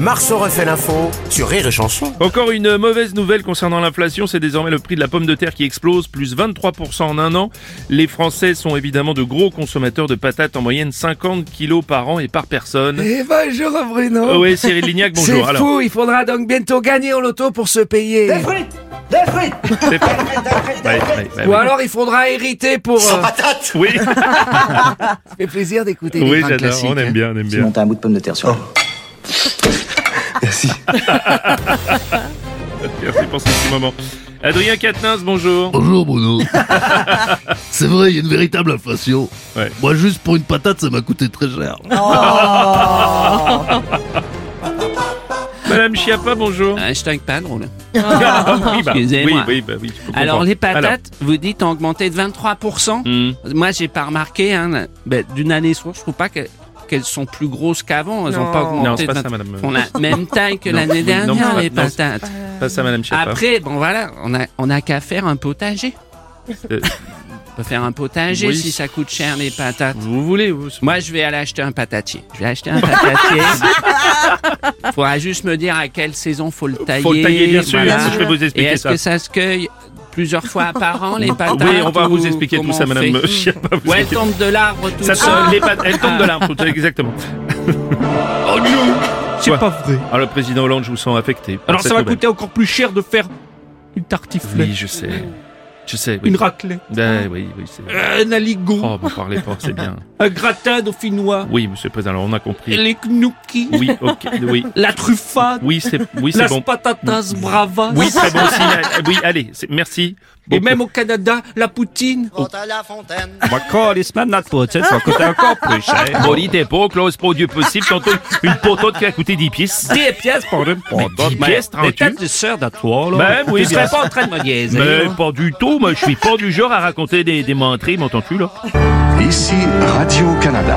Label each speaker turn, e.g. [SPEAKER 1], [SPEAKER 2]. [SPEAKER 1] Marceau refait l'info sur Rire et Chanson.
[SPEAKER 2] Encore une mauvaise nouvelle concernant l'inflation, c'est désormais le prix de la pomme de terre qui explose, plus 23% en un an. Les Français sont évidemment de gros consommateurs de patates, en moyenne 50 kilos par an et par personne.
[SPEAKER 3] Et Eh ben, bonjour
[SPEAKER 4] Oh.
[SPEAKER 3] Bruno
[SPEAKER 2] Euh, Oui, Cyril Lignac,
[SPEAKER 3] C'est
[SPEAKER 2] bonjour.
[SPEAKER 3] fou,
[SPEAKER 2] Alors,
[SPEAKER 3] il faudra donc bientôt gagner au loto pour se payer.
[SPEAKER 5] Des frites Des frites
[SPEAKER 2] c'est pas- Ouais, ouais, ouais,
[SPEAKER 3] Ou
[SPEAKER 2] ouais.
[SPEAKER 3] alors il faudra hériter pour... euh,
[SPEAKER 2] Oui,
[SPEAKER 3] ça fait plaisir d'écouter les
[SPEAKER 2] oui
[SPEAKER 3] grands
[SPEAKER 2] j'adore,
[SPEAKER 3] classiques,
[SPEAKER 2] on aime
[SPEAKER 3] hein.
[SPEAKER 2] bien, on aime
[SPEAKER 5] J'ai
[SPEAKER 2] bien.
[SPEAKER 5] monté un bout de pomme de terre sur la-
[SPEAKER 6] Merci.
[SPEAKER 2] Merci pour ce petit moment. Adrien Quatennens, bonjour.
[SPEAKER 4] Oh.
[SPEAKER 7] Bonjour Bruno. c'est vrai, il y a une véritable inflation.
[SPEAKER 2] Ouais.
[SPEAKER 7] Moi, juste pour une patate, ça m'a coûté très cher.
[SPEAKER 2] Madame Chiappa, bonjour.
[SPEAKER 4] Hashtag pas drôle.
[SPEAKER 2] Ah, oui, bah,
[SPEAKER 4] Excusez-moi.
[SPEAKER 2] oui, oui, bah, oui, je peux
[SPEAKER 4] Alors
[SPEAKER 2] comprendre.
[SPEAKER 4] les patates,
[SPEAKER 2] Alors,
[SPEAKER 4] vous dites ont augmenté de 23%.
[SPEAKER 2] hmm,
[SPEAKER 4] Moi j'ai pas remarqué, hein, la- ben, d'une année sur l'autre, je trouve pas que- qu'elles sont plus grosses qu'avant. Elles ont pas
[SPEAKER 2] Non, c'est
[SPEAKER 4] augmenté
[SPEAKER 2] pas
[SPEAKER 4] de
[SPEAKER 2] ça, madame.
[SPEAKER 4] On a même taille que
[SPEAKER 2] Non,
[SPEAKER 4] l'année
[SPEAKER 2] oui, non,
[SPEAKER 4] dernière
[SPEAKER 2] c'est
[SPEAKER 4] les
[SPEAKER 2] pas- non, c'est
[SPEAKER 4] patates.
[SPEAKER 2] pas ça, Madame Chiappa.
[SPEAKER 4] euh, Après, bon voilà, on a on a qu'à faire un potager.
[SPEAKER 2] Euh.
[SPEAKER 4] On peut faire un potager
[SPEAKER 2] Oui.
[SPEAKER 4] si ça coûte cher les patates.
[SPEAKER 2] Vous voulez, vous
[SPEAKER 4] Moi, je vais aller acheter un patatier. Je vais acheter un patatier. Faudra juste me dire à quelle saison faut le tailler.
[SPEAKER 2] Faut le tailler, bien sûr.
[SPEAKER 4] voilà.
[SPEAKER 2] Je vais vous
[SPEAKER 4] Et
[SPEAKER 2] expliquer
[SPEAKER 4] est-ce
[SPEAKER 2] ça.
[SPEAKER 4] que ça se cueille plusieurs fois par an, les patates
[SPEAKER 2] Oui, on va vous
[SPEAKER 4] ou
[SPEAKER 2] expliquer tout
[SPEAKER 4] Ah, comment
[SPEAKER 2] ça,
[SPEAKER 4] on
[SPEAKER 2] madame
[SPEAKER 4] fait
[SPEAKER 2] Chiappa. vous
[SPEAKER 4] Ou elles
[SPEAKER 2] inquiétez
[SPEAKER 4] tombent de l'arbre tout
[SPEAKER 2] Ça sonne,
[SPEAKER 4] seul.
[SPEAKER 2] les pattes, elles tombent de l'arbre, tout- Ah. exactement.
[SPEAKER 7] Oh non
[SPEAKER 2] C'est Ouais. pas
[SPEAKER 7] vrai.
[SPEAKER 2] Ah, le président Hollande, je vous sens affecté. par
[SPEAKER 8] Alors
[SPEAKER 2] cette
[SPEAKER 8] ça va
[SPEAKER 2] nouvelle.
[SPEAKER 8] coûter encore plus cher de faire une tartiflette,
[SPEAKER 2] Oui, je sais. Je sais, oui.
[SPEAKER 8] une raclette,
[SPEAKER 2] Ben oui, oui, c'est.
[SPEAKER 8] un aligot,
[SPEAKER 2] Oh, vous parlez pas, c'est bien.
[SPEAKER 8] un gratin dauphinois,
[SPEAKER 2] Oui, monsieur le président, alors on a compris.
[SPEAKER 8] les gnocchis,
[SPEAKER 2] Oui, ok, oui.
[SPEAKER 8] la truffade,
[SPEAKER 2] Oui, c'est oui, c'est
[SPEAKER 8] la
[SPEAKER 2] bon.
[SPEAKER 8] patatas brava,
[SPEAKER 2] Oui, très bon signal. Oui, allez, c'est- merci.
[SPEAKER 8] et
[SPEAKER 2] beaucoup.
[SPEAKER 8] même au Canada, la poutine.
[SPEAKER 2] Bon, l'idée pas, close produit possible, tantôt une poteau qui a coûté 10 pièces.
[SPEAKER 8] 10 pièces pour une
[SPEAKER 2] dix pièces,
[SPEAKER 8] Les
[SPEAKER 2] trente-huit.
[SPEAKER 8] têtes de sœurs d'atoile.
[SPEAKER 2] Ben oui,
[SPEAKER 8] Tu
[SPEAKER 2] bien
[SPEAKER 8] serais pas en train de me niaiser.
[SPEAKER 2] Mais pas du tout, moi je suis pas du genre à raconter des, des menteries, m'entends-tu là
[SPEAKER 6] Ici Radio-Canada.